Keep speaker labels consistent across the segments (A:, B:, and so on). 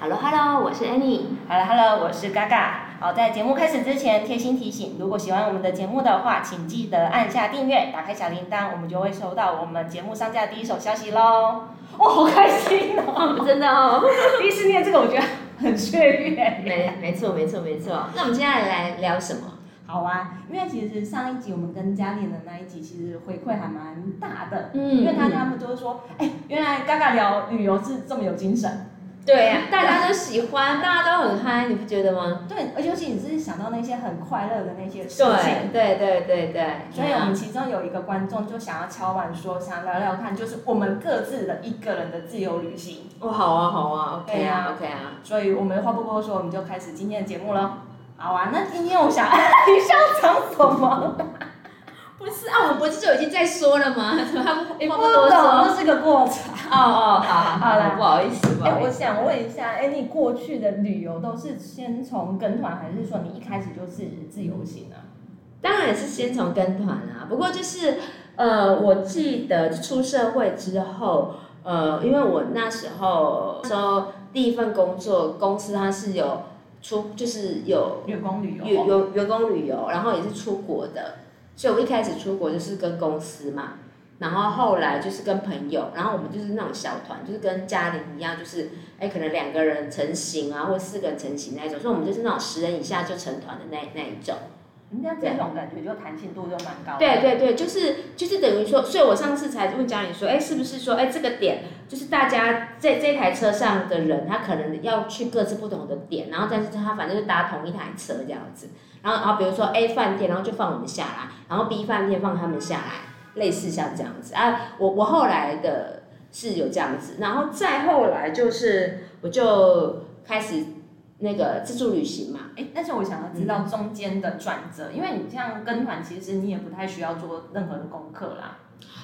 A: Hello Hello，我是 Annie。
B: 好了，Hello，我是嘎嘎。好，在节目开始之前，贴心提醒，如果喜欢我们的节目的话，请记得按下订阅，打开小铃铛，我们就会收到我们节目上架第一手消息喽。哦，好开心哦！
A: 真的哦，
B: 第一次念这个，我觉得很雀跃耶。
A: 没没错没错没错。那我们接下来来聊什么？
B: 好啊，因为其实上一集我们跟嘉玲的那一集，其实回馈还蛮大的，
A: 嗯
B: 因为大家他们都是说，哎、原来嘎嘎聊旅游是这么有精神。
A: 对啊呀、大家都喜欢，大家都很嗨，你不觉得吗？
B: 对，而且尤其你是想到那些很快乐的那些事情
A: 对。对对对对。啊
B: 所以我们其中有一个观众就想要敲碗说，想聊聊看，就是我们各自的一个人的自由旅行。
A: 哦好啊好啊，OK
B: 对
A: 啊
B: 啊
A: OK 啊。
B: 所以我们话不多说，我们就开始今天的节目喽。好啊，那今天我想，你想讲什么？
A: 不是啊，我们不是就已经在说了吗？ 怎么还
B: 你
A: 不
B: 哎不
A: 话
B: 懂，
A: 哎不多
B: 那
A: 说？
B: 是个过程。
A: 哦哦，好好
B: 好啦
A: 不好意思，不
B: 哎、
A: 好意
B: 我
A: 思。
B: 想问一下，哎、你过去的旅游都是先从跟团，还是说你一开始就是自由行啊？
A: 当然也是先从跟团啊，不过就是呃，我记得出社会之后，呃，因为我那时候那时候第一份工作，公司它是有出就是有
B: 员工旅游？哦
A: 员员员工旅游，然后也是出国的，所以我一开始出国就是跟公司嘛，然后后来就是跟朋友，然后我们就是那种小团，就是跟家庭一样，就是哎可能两个人成型啊，或四个人成型那一种，所以我们就是那种十人以下就成团的那那一种。
B: 人家嗯这种感觉就弹性度就蛮高的。
A: 对对对，就是就是等于说，所以我上次才问家里说，哎，是不是说，哎，这个点就是大家在这台车上的人，他可能要去各自不同的点，然后但是他反正就搭同一台车这样子，然后然后比如说 A 饭店，然后就放我们下来，然后 B 饭店放他们下来，类似像这样子啊。我我后来的是有这样子，然后再后来就是我就开始那个自助旅行嘛，
B: 哎，但是我想要知
A: 嗯
B: 道中间的转折，因为你像跟团，其实你也不太需要做任何的功课啦。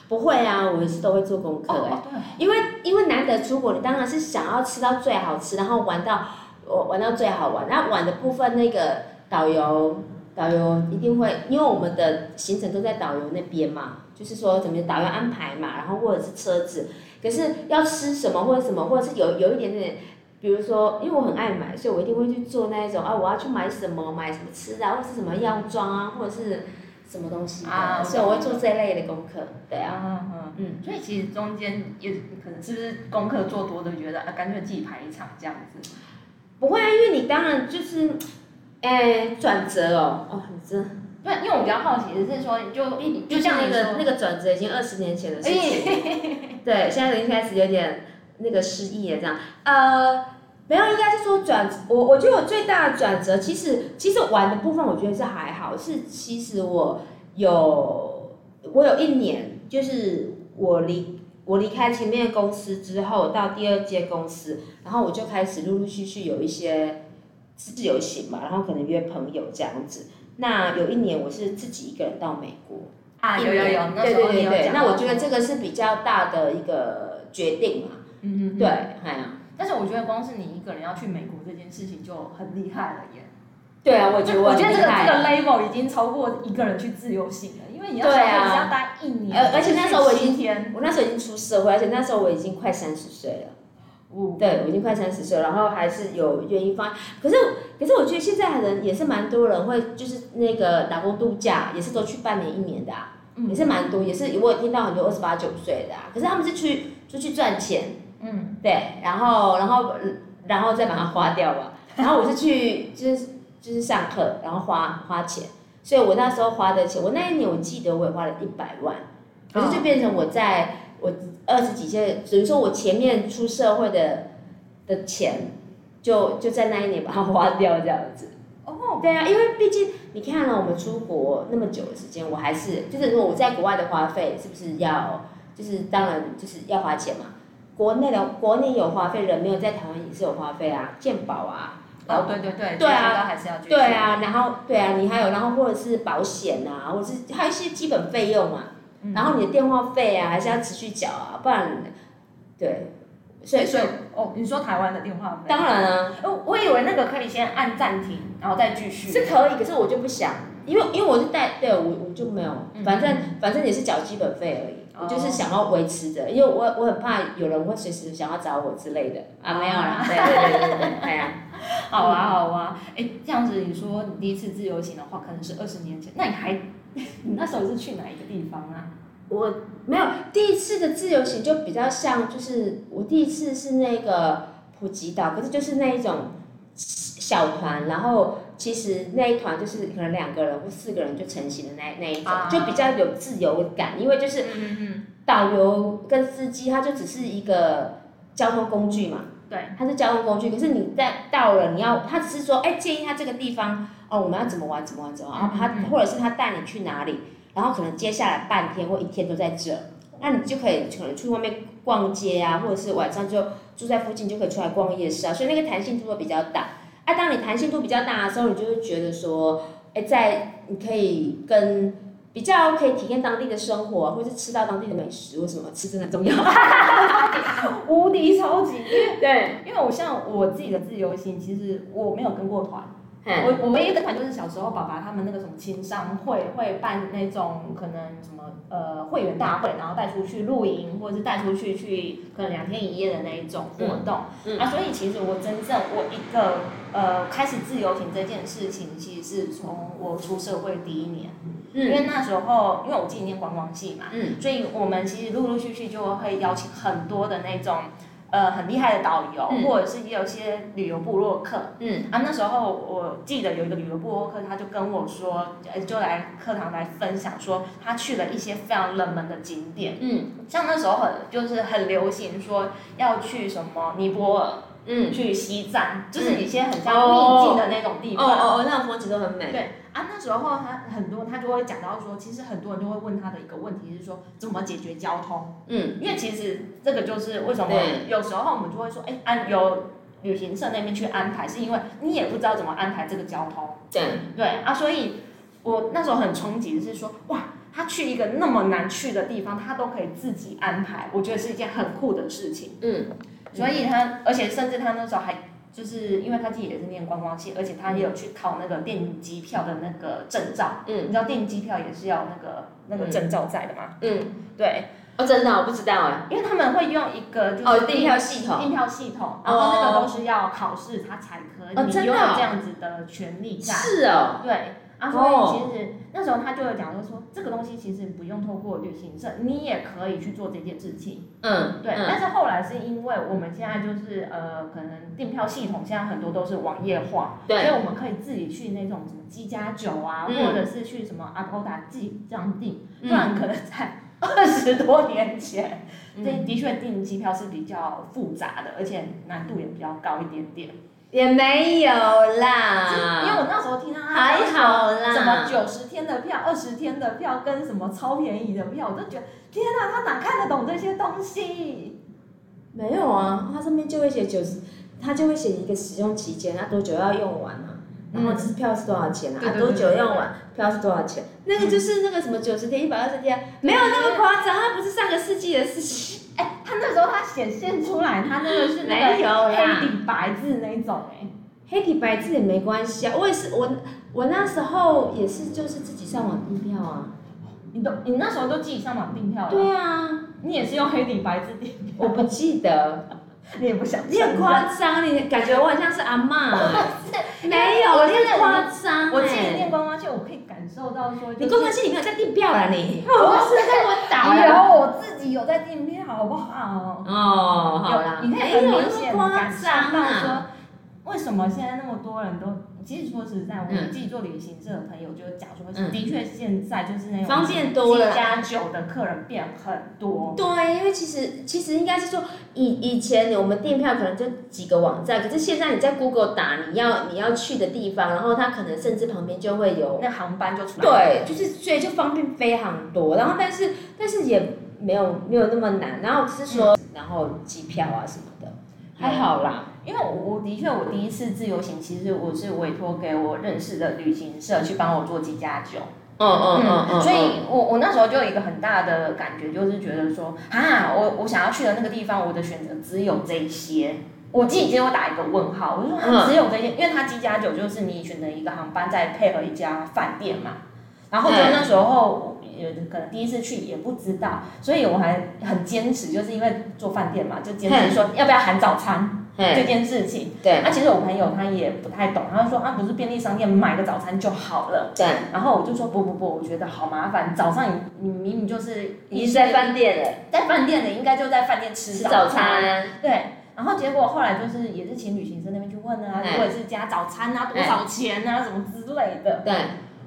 A: 不会啊，我也是都会做功课哎、
B: 哦对，
A: 因为因为难得出国，你当然是想要吃到最好吃，然后玩到我玩到最好玩。那玩的部分，那个导游导游一定会，因为我们的行程都在导游那边嘛，就是说怎么导游安排嘛，然后或者是车子，可是要吃什么或者什么，或者是有有一点点。比如说，因为我很爱买，所以我一定会去做那一种啊，我要去买什么，买什么吃的、啊，或者是什么药妆啊，或者是什么东西的
B: 啊
A: 所以我会做这一类的功课，对啊，
B: 嗯嗯
A: 嗯。
B: 嗯，所以其实中间也可能是不是功课做多的，觉得啊，干脆自己排一场这样子。
A: 不会啊，因为你当然就是，哎、转折哦，哦，你真，
B: 对，因为我比较好奇的是说，就
A: 就像那个那
B: 个，
A: 个转折已经二十年前的事情，
B: 哎，
A: 对，现在已经开始有点那个失忆了这样，呃，没有，应该是说转，我我觉得我最大的转折，其实其实玩的部分我觉得是还好，是其实我有我有一年就是我离。我离开前面的公司之后，到第二间公司，然后我就开始陆陆续续有一些自由行嘛，然后可能约朋友这样子。那有一年我是自己一个人到美国，
B: 啊，有有有，那
A: 对
B: 时
A: 对
B: 候你
A: 对
B: 有
A: 对，
B: 讲。
A: 那我觉得，这个是比较大的一个决定嘛。
B: 嗯嗯，
A: 对，
B: 对。
A: 哎呀，
B: 但是我觉得光是你一个人要去美国这件事情就很厉害了耶。
A: 对啊，我觉得
B: 我
A: 很
B: 觉得这
A: 厉
B: 个
A: 害啊
B: 这个 level 已经超过一个人去自由行了，因为你要
A: 对
B: 想
A: 啊
B: 你是要待一年，
A: 呃而且那时候我已经
B: 七天，
A: 我那时候已经出社会，而且那时候我已经快三十岁了。
B: 哦，
A: 对，我已经快三十岁，然后还是有愿意放。可是，可是我觉得现在的人也是蛮多人会，就是那个打工度假，也是都去半年一年的、啊，
B: 嗯
A: 也是蛮多，也是我也听到很多二十八九岁的、啊，可是他们是去出去赚钱，
B: 嗯，
A: 对，然后然后然后再把它花掉吧。然后我是去就是就是上课，然后花花钱，所以我那时候花的钱，我那一年我记得我也花了一百万，可是就变成我在我二十几岁，等于说我前面出社会的的钱，就就在那一年把它花掉这样子。
B: 哦，
A: 对啊，因为毕竟你看了我们出国那么久的时间，我还是就是如果我在国外的花费，是不是要就是当然就是要花钱嘛？国内的国内有花费，人没有在台湾也是有花费啊，健保啊，
B: 哦，对对对，
A: 对啊
B: 这个还是要继续。
A: 对，啊，然后对啊，你还有然后或者是保险啊，或者是还有一些基本费用啊，然后你的电话费啊还是要持续缴啊，不然对，所以所
B: 所以
A: 以
B: 哦，你说台湾的电话费？
A: 当然啊，
B: 哦，我以为那个可以先按暂停，然后再继续。
A: 是可以，可是我就不想，因为因为我是带，对我我就没有，
B: 嗯
A: 反正反正也是缴基本费而已，
B: 哦
A: 我就是想要维持着，因为我我很怕有人会随时想要找我之类的啊，没有
B: 哦
A: 啦， 对对对对对，哎呀，
B: 好啊，好啊，哎，这样子你说你第一次自由行的话，可能是二十年前，那你还你那时候是去哪一个地方啊？
A: 我没有第一次的自由行就比较像，就是我第一次是那个普吉岛，可是就是那一种小团，然后其实那一团就是可能两个人或四个人就成型的那那一种，
B: 啊
A: 就比较有自由感，因为就是。
B: 嗯
A: 导游跟司机，他就只是一个交通工具嘛，
B: 嗯，对，
A: 他是交通工具。可是你在到了，你要他只是说，哎、建议他这个地方哦，我们要怎么玩，怎么玩，怎么玩，然后他
B: 嗯嗯嗯
A: 或者是他带你去哪里，然后可能接下来半天或一天都在这，那你就可以可能去外面逛街啊，或者是晚上就住在附近就可以出来逛夜市啊，所以那个弹性度会比较大。啊，当你弹性度比较大的时候，你就会觉得说，哎、在你可以跟比较可以体验当地的生活，或是吃到当地的美食，为什么吃真的很 重要？
B: 无敌超级，
A: 对，
B: 因为我像我自己的自由行，其实我没有跟过团。
A: 嗯
B: 我我唯一的款就是小时候爸爸他们那个什么青商会会办那种可能什么呃会员大会，然后带出去露营，或者是带出去去可能两天一夜的那一种活动、
A: 嗯嗯
B: 啊，所以其实我真正我一个呃开始自由行这件事情，其实是从我出社会第一年，因
A: 嗯
B: 为那时候因为我自己念观光系嘛，
A: 嗯
B: 所以我们其实陆陆续续就会邀请很多的那种呃很厉害的导游，
A: 嗯
B: 或者是也有一些旅游部落客。
A: 嗯
B: 啊，那时候我记得有一个旅游部落客，他就跟我说，呃，就来课堂来分享说，他去了一些非常冷门的景点，
A: 嗯
B: 像那时候很就是很流行说要去什么尼泊尔、
A: 嗯，
B: 去西藏，就是一些很像
A: 哦
B: 秘境的那种地
A: 哦
B: 方。
A: 哦哦，那种风景都很美。
B: 对啊，那时候他很多他就会讲到说，其实很多人就会问他的一个问题是说，怎么解决交通？
A: 嗯
B: 因为其实这个就是为什么
A: 对
B: 有时候我们就会说，哎，安由旅行社那边去安排，是因为你也不知道怎么安排这个交通。
A: 对，
B: 对啊，所以我那时候很冲击，是说哇，他去一个那么难去的地方，他都可以自己安排，我觉得是一件很酷的事情。
A: 嗯
B: 所以他，而且甚至他那时候还就是因为他自己也是念观光系，而且他也有去考那个电机票的那个证照。你
A: 嗯
B: 知道电机票也是要那个那个证照在的嘛？
A: 嗯，
B: 对，
A: 哦，真的我不知道哎。
B: 因为他们会用一个就是
A: 哦，订票系统。
B: 订票系统，然后那个都是要考试他才可以，
A: 哦真的
B: 你有
A: 哦
B: 这样子的权利在。
A: 是哦，
B: 对，啊，所以其实那时候他就有讲，就是说这个东西其实不用透过旅行社，你也可以去做这件事情。
A: 嗯，
B: 对，
A: 嗯
B: 但是后来是因为我们现在就是呃，可能订票系统现在很多都是网页化，所以
A: 对，
B: 我们可以自己去那种什么机加酒啊，
A: 嗯
B: 或者是去什么 Agoda 自己这样订，
A: 嗯
B: 不然可能在二十多年前，这
A: 嗯
B: 的确订机票是比较复杂的，而且难度也比较高一点点。
A: 也没有
B: 因为
A: 啦，
B: 我那时候听到他
A: 嗯还好
B: 什么
A: 啦。
B: 九十天的票、二十天的票跟什么超便宜的票，我就觉得天哪，他哪看得懂这些东西？
A: 没有啊，他上面就会写九十，他就会写一个使用期间，他多久要用完啊？然后
B: 嗯
A: 支票是多少钱啊？
B: 对
A: 啊
B: 对
A: 多
B: 对
A: 久
B: 对
A: 用完？票是多少钱？那个就是那个什么九十天、一百二十天，没有那么夸张，它不是上个世纪的事情。
B: 哎，他那时候他显现出来，他那个是那
A: 没有
B: 个
A: 啦
B: 黑底白字那一种哎、
A: 黑底白字也没关系啊，我也是我我那时候也是就是自己上网订票啊。
B: 你都你那时候都自己上网订票了，
A: 对啊，
B: 你也是用黑底白字订，
A: 我不记得。
B: 你也不想
A: 你很
B: 承
A: 夸
B: 认。
A: 张，你感觉我很像是阿嬷。 没
B: 因为
A: 有，
B: 我
A: 你
B: 真的
A: 很夸张、欸。
B: 我自己念观光去，我可以感受到说、就是，
A: 你公关系里面有在订票啦你？
B: 我是
A: 在 我
B: 然后我自己有在订票，好不好？
A: 哦，好啦，
B: 有你看
A: 没
B: 很
A: 有
B: 明
A: 那
B: 显
A: 么
B: 地
A: 夸
B: 感受
A: 张
B: 到
A: 啊。
B: 说，为什么现在那么多人都，其实说实在，我
A: 嗯
B: 们自己做旅行社的朋友就讲说，
A: 嗯
B: 的确现在就是那种
A: 方便多了啦
B: 七加九的客人变很多，
A: 对，因为其实其实应该是说，以以前我们订票可能就几个网站，可是现在你在 Google 打你要你要去的地方，然后它可能甚至旁边就会有
B: 那航班就出来了。
A: 对，就是所以就方便非常多，然后但是但是也没有没有那么难，然后只是说、然后机票啊什么的还好啦，
B: 因为我我的确我第一次自由行，其实我是委托给我认识的旅行社去帮我做机加酒，
A: 嗯嗯嗯嗯，
B: 所以我我那时候就有一个很大的感觉，就是觉得说啊，我我想要去的那个地方，我的选择只有这些。我自己给我打一个问号，我就说啊
A: 嗯
B: 只有这些，因为它机加酒就是你选择一个航班，再配合一家饭店嘛。然后就
A: 对
B: 那时候也可能第一次去也不知道，所以我还很坚持，就是因为做饭店嘛，就坚持说要不要含早餐这
A: 嘿，
B: 件事情。
A: 对
B: 那、其实我朋友他也不太懂，他就说啊，不是便利商店买个早餐就好了。
A: 对，
B: 然后我就说不不不，我觉得好麻烦。早上你你明明就是
A: 已经在饭店了，
B: 在饭店的，应该就在饭店吃
A: 吃
B: 早
A: 早餐，
B: 对。然后结果后来就是也是请旅行社那边去问啊，
A: 哎
B: 如果是加早餐啊，多
A: 哎
B: 少钱啊，什么之类的。
A: 对，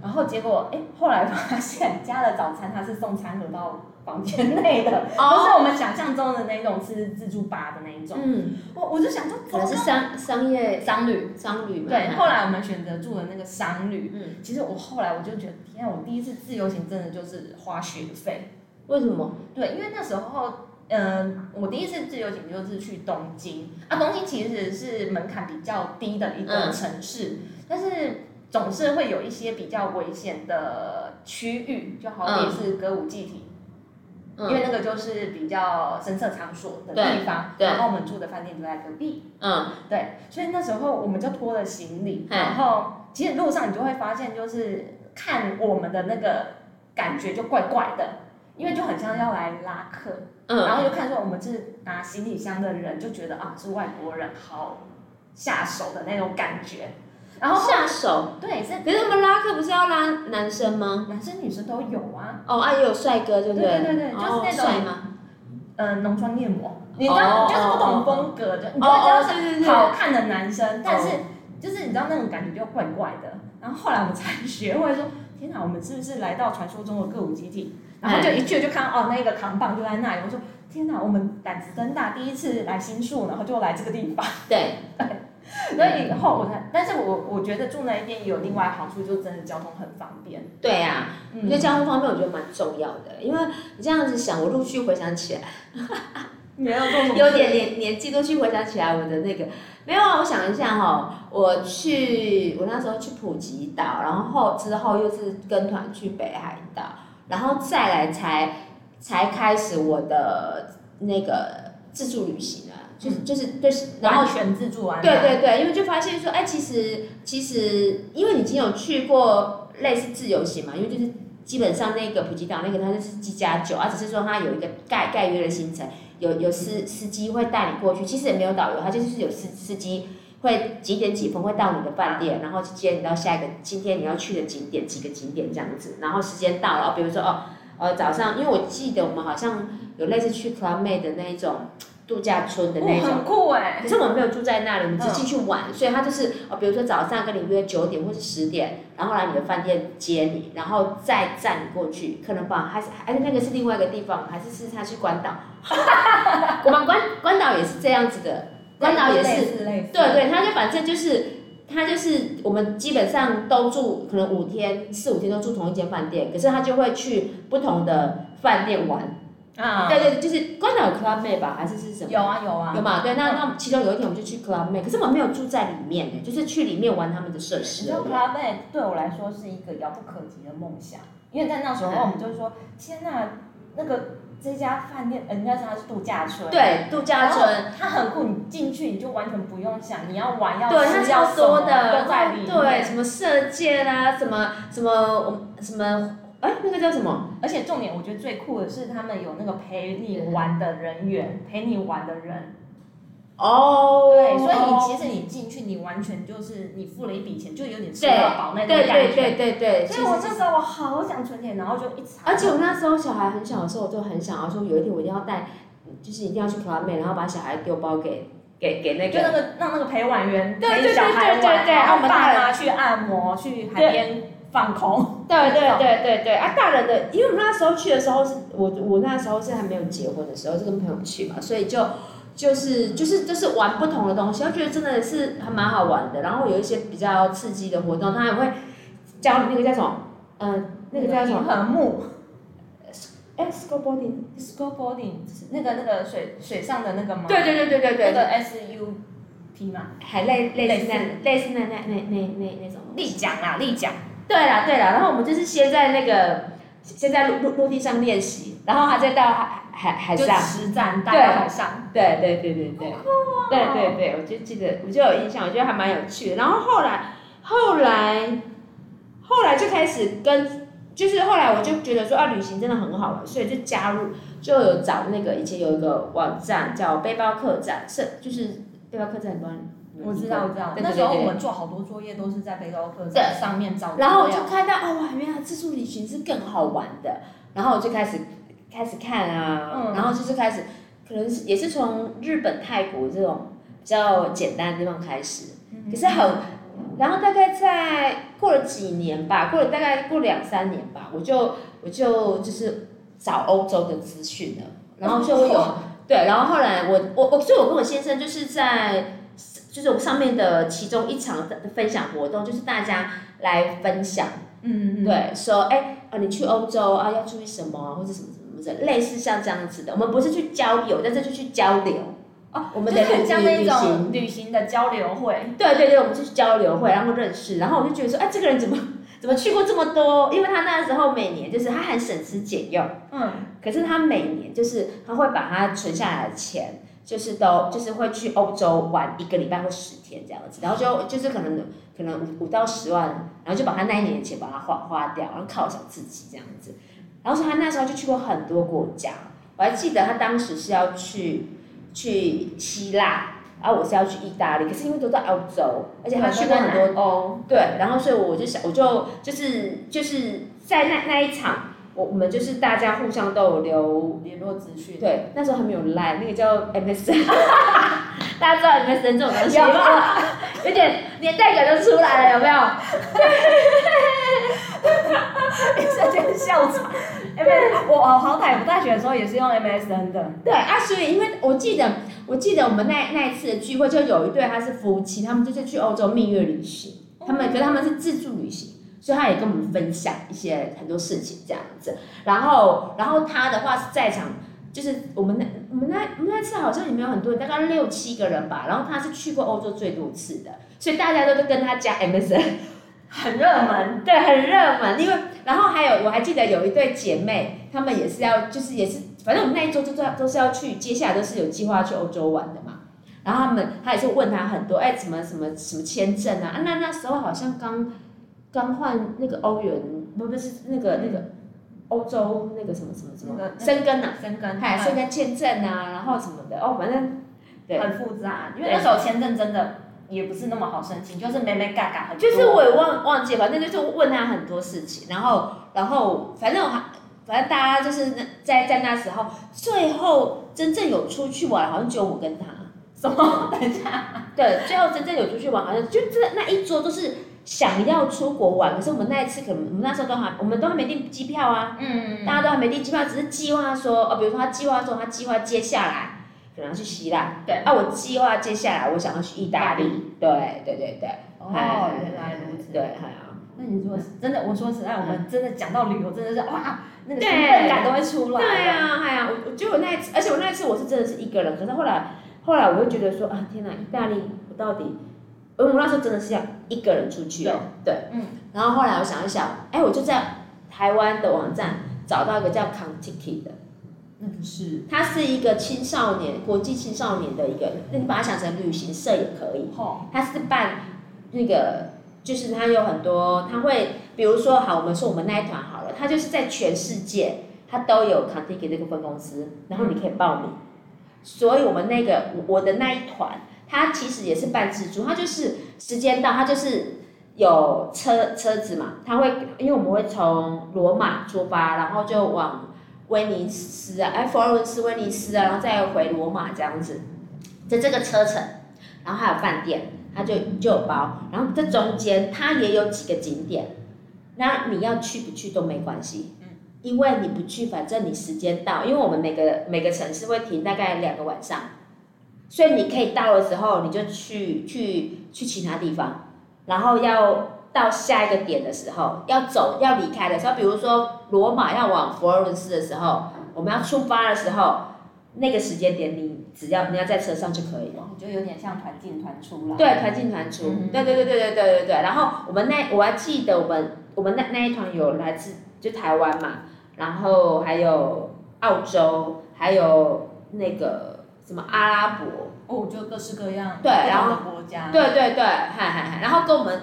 B: 然后结果哎，后来发现加了早餐，它是送餐盒到房间内 的，不
A: 哦
B: 是我们想象中的那种是自助吧的那一种。
A: 嗯，
B: 我我就想说，
A: 可能是
B: 糟糕
A: 商商业
B: 商旅。
A: 商旅嘛，
B: 对，后来我们选择住的那个商旅，
A: 嗯，
B: 其实我后来我就觉得，天啊，我第一次自由行真的就是花学费。
A: 为什么？
B: 对，因为那时候，嗯、我第一次自由行就是去东京啊，东京其实是门槛比较低的一个
A: 嗯
B: 城市，但是总是会有一些比较危险的区域，就好比
A: 嗯
B: 是歌舞伎町，因
A: 嗯
B: 为那个就是比较深色场所的地方，
A: 对对
B: 然后我们住的饭店就在隔壁，
A: 嗯，
B: 对，所以那时候我们就拖了行李，
A: 嗯
B: 然后其实路上你就会发现，就是看我们的那个感觉就怪怪的，因为就很像要来拉客，然
A: 嗯，
B: 后就看说我们是拿行李箱的人，就觉得啊是外国人，好下手的那种感觉。然后
A: 下手，
B: 对是
A: 可是他们拉客不是要拉男生吗？
B: 男生女生都有啊，
A: 哦，啊，也有帅哥，对不
B: 对对对就是
A: 哦
B: 那种
A: 帅吗？
B: 嗯、浓妆艳抹，你知道、
A: 哦
B: 就是不
A: 哦
B: 同
A: 哦
B: 风格的，你就会知道
A: 哦，
B: 是
A: 对
B: 好看的男生，但是就是你知道那种感觉就怪怪的。然后后来我们才学会说，天哪，我们是不是来到传说中的歌舞基地？然后就一去就看到哦，那个扛棒就在那里。我说天哪，我们胆子真大，第一次来新宿，然后就来这个地方。
A: 对，
B: 所以以后我才，但是我我觉得住那一边有另外好处，就真的交通很方便。
A: 对啊，我觉得
B: 嗯，
A: 交通方面我觉得蛮重要的，因为你这样子想，我陆续回想起来，
B: 没有做什么
A: 有点年年纪都去回想起来我的那个没有啊，我想一下哦，我去我那时候去普吉岛，然后之后又是跟团去北海道，然后再来才才开始我的那个自助旅行啊，就是就是就是，然后
B: 完全自助安排。
A: 对对对，因为就发现说，哎，其实其实，因为你已经有去过类似自由行嘛，因为就是基本上那个普吉岛那个它就是机加酒，啊而只是说它有一个概概约的行程，有有司司机会带你过去，其实也没有导游，它就是有司司机。会几点几分会到你的饭店，然后接你到下一个今天你要去的景点几个景点这样子，然后时间到了，比如说哦，呃早上，因为我记得我们好像有类似去 Club Med 的那一种度假村的
B: 哦，
A: 那种，
B: 很酷哎、
A: 可是我们没有住在那里，我们只进去玩，所以他
B: 嗯
A: 就是呃，比如说早上跟你约九点或是十点，然后来你的饭店接你，然后再载你过去，可能吧，还是还是那个是另外一个地方，还是是他去 关岛，我们关关岛也是这样子的，关岛也是
B: 类似类似。
A: 对对，他就反正就是他就是我们基本上都住可能五天四五天都住同一间饭店，可是他就会去不同的饭店玩，
B: 啊，
A: 对对，就是关岛有 club m a 吧，还是是什么？
B: 有啊有啊
A: 有。嘛？对，那那其中有一天我们就去 Club Med，可是我们没有住在里面呢，就是去里面玩他们的设
B: 你
A: 施
B: 知
A: 而
B: 道
A: 已。
B: Club Med 对我来说是一个遥不可及的梦想，因为在那时候
A: 嗯
B: 我们就说，天哪、那个这家饭店，呃人家说它是度假村，，
A: 对，度假村，，
B: 它很酷，你进去你就完全不用想，你要玩要
A: 对，它
B: 哦吃要
A: 超
B: 什
A: 多
B: 么
A: 的，
B: 都在里面，
A: 对，，什么射箭啊，什么什么我什么，哎，那个叫什么？
B: 而且重点我觉得最酷的是他们有那个陪你玩的人员，陪你玩的人，
A: 哦
B: 对，所以你其实你进去你完全就是你付了一笔钱，就有点吃到饱那
A: 对
B: 种感觉，
A: 对对对对，
B: 所以我
A: 其
B: 那
A: 实
B: 时候我好想存钱，然后就一查，
A: 而且我那时候小孩很小的时候，我就很想要说，有一天我一定要带，就是一定要去 Club Med，然后把小孩丢包给给给那
B: 就那
A: 个。
B: 个让那个陪玩员
A: 对对
B: 陪小孩
A: 对对
B: 玩，
A: 对对
B: 然
A: 我
B: 后
A: 们
B: 爸
A: 大人
B: 妈去按摩，去海
A: 对
B: 边放空。
A: 对对对对对啊！大人的，因为我们那时候去的时候是我我那时候是还没有结婚的时候，就跟朋友去嘛，所以就就是就是就是玩不同的东西，我觉得真的是还蛮好玩的。然后有一些比较刺激的活动，他也会教你那个叫什么，嗯、那个叫什么？
B: 平衡木
A: 哎，skateboarding。
B: s c o r e b o a r d i n g 那个那个水水上的那个吗？
A: 对对对对对对
B: 那个 S U P 嘛，
A: 还类类似
B: 类
A: 那类似那那那那那那种东
B: 立
A: 西。
B: 奖啦，立奖，
A: 对啦对啦，然后我们就是先在那个先在陆陆陆地上练习，然后还再到海海海
B: 就
A: 上。
B: 实战带
A: 对
B: 到海上，
A: 对对对对对，
B: 啊
A: 对对对，我就记得，我就有印象，我觉得还蛮有趣的。然后后来，后来，后来就开始跟，就是后来我就觉得说啊，旅行真的很好玩，所以就加入，就有找那个以前有一个网站叫背包客栈，是就是背包客栈，你帮
B: 我知道，。我知道，
A: 对对
B: 那
A: 对
B: 时候
A: 对
B: 我们做好多作业都是在背包客
A: 对
B: 上面找资料，
A: 然后我就看到哦，哇，原来自助旅行是更好玩的，然后我就开始开始看啊，
B: 嗯
A: 然后就是开始，可能是也是从日本、泰国这种比较简单的地方开始，
B: 嗯
A: 可是很，然后大概在过了几年吧，过了大概过两三年吧，我就我就就是找欧洲的资讯了，然后就会有、对，然后后来我我我，所以我跟我先生就是在就是我上面的其中一场的分享活动，就是大家来分享，
B: 嗯嗯嗯
A: 对，说哎啊你去欧洲啊要注意什么或者什么什么什么，类似像这样子的，我们不是去交友，但是就去交流。
B: 哦，
A: 我们
B: 就
A: 的
B: 是很
A: 旅
B: 像那
A: 旅
B: 种
A: 行
B: 旅行的交流会，
A: 对对对，我们就去交流会，然后认识，然后我就觉得说，哎，这个人怎么怎么去过这么多？因为他那时候每年就是他很省吃俭用，
B: 嗯，
A: 可是他每年就是他会把他存下来的钱，就是都就是会去欧洲玩一个礼拜或十天这样子，然后就就是可能可能五五到十万，然后就把他那一年的钱把它花花掉，然后犒赏自己这样子。然后说他那时候就去过很多国家，我还记得他当时是要去去希腊，然后我是要去意大利，可是因为都在欧洲，而且他去过很多
B: 哦，
A: 对，然后所以我就想，我就就是就是在那那一场，我我们就是大家互相都有留，
B: 联络资讯，
A: 对，那时候还没有 Line，那个叫 MSN，大家知道 MSN 这种东西
B: 有
A: 吗？ 有点年代感都出来了，有没有？
B: 一瞬间笑场。哎，不是，我我好歹我大学的时候也是用 MSN 的，
A: 对啊，所以因为我记得我记得我们那那一次的聚会，就有一对他是夫妻，他们就是去欧洲蜜月旅行。他们可是他们是自助旅行，所以他也跟我们分享一些很多事情这样子。然后，然后他的话是在场，就是我们那我们那我们那次好像也没有很多人，大概六七个人吧。然后他是去过欧洲最多次的，所以大家都都跟他 加 MSN，
B: 很热门，
A: 对， 很热门。因为然后还有我还记得有一对姐妹，她们也是要就是也是，反正我们那一周都都都是要去，接下来都是有计划去欧洲玩的嘛。然后他们他也是问他很多，哎，什么什么什么签证啊？啊，那那时候好像刚刚换那个欧元，不不是那个那个欧洲那个什么什么什么
B: 那个
A: 生根啊，
B: 生根，
A: 哎，生根签证啊，然后什么的，哦，反正对
B: 很复杂，因为那时候签证真的也不是那么好申请，就是没没嘎嘎很多，
A: 就是我也忘忘记了，反正就是问他很多事情，然后然后反正我还反正大家就是那在在那时候，最后真正有出去玩，好像只有我跟他。
B: 什么？等一下，
A: 对，最后真正有出去玩，好像就真的那一桌都是想要出国玩，可是我们那一次可能我们那时候都还我们都还没订机票啊，
B: 嗯，
A: 大家都还没订机票，只是计划说，哦，比如说他计划说他计划接下来可能要去希腊，
B: 对
A: 啊，我计划接下来我想要去意大利，对对对对，
B: 哦，原来如此，
A: 对，哎还好。
B: 那你说真的，我说实在，我们真的讲到旅游，真的是哇，那个
A: 对
B: 兴奋感都会出来。
A: 对啊，哎呀，我我觉得我那一次，而且我那一次我是真的是一个人，可是后来后来我会觉得说啊，天哪，意大利我到底，我我那时候真的是要一个人出去哦，对，
B: 嗯，
A: 然后后来我想一想，哎，我就在台湾的网站找到一个叫 Contiki 的，
B: 那不是
A: 它是一个青少年国际青少年的一个，那你把它想成旅行社也可以，
B: 后
A: 他是办那个，就是他有很多，他会比如说好，我们说我们那一团好了，他就是在全世界他都有 Contiki 这个分公司，然后你可以报名。所以我们那个我我的那一团，他其实也是办自助，他就是时间到，他就是有车车子嘛，他会因为我们会从罗马出发，然后就往威尼斯啊，哎佛罗伦斯、威尼斯啊，然后再回罗马这样子，在这个车程，然后还有饭店，他就就有包，然后这中间它也有几个景点，那你要去不去都没关系，因为你不去，反正你时间到，因为我们每个每个城市会停大概两个晚上，所以你可以到的时候你就去去去其他地方，然后要到下一个点的时候要走要离开的时候，比如说罗马要往佛罗伦斯的时候，我们要出发的时候，那个时间点你只要你要在车上就可以了。
B: 就有点像团进团出了。
A: 对，团进团出
B: 嗯，
A: 对对对对对对对对。然后我们那我还记得我们我们那那一团有来自就台湾嘛，然后还有澳洲，还有那个什么阿拉伯，
B: 哦，就各式各样，
A: 对
B: 各种
A: 然后
B: 的国家，
A: 对对对，嗨嗨嗨。然后跟我们，